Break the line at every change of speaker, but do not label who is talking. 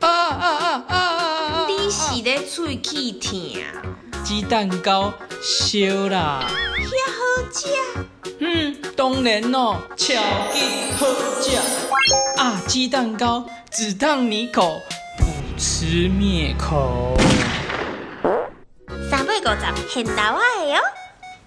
啊啊啊啊啊！
你是咧喙齿疼，
鸡蛋糕烧啦。
遐好食。
嗯，当然咯、巧计好食。啊，鸡蛋糕只烫你口，不吃灭口。
三百五十现豆仔的哦。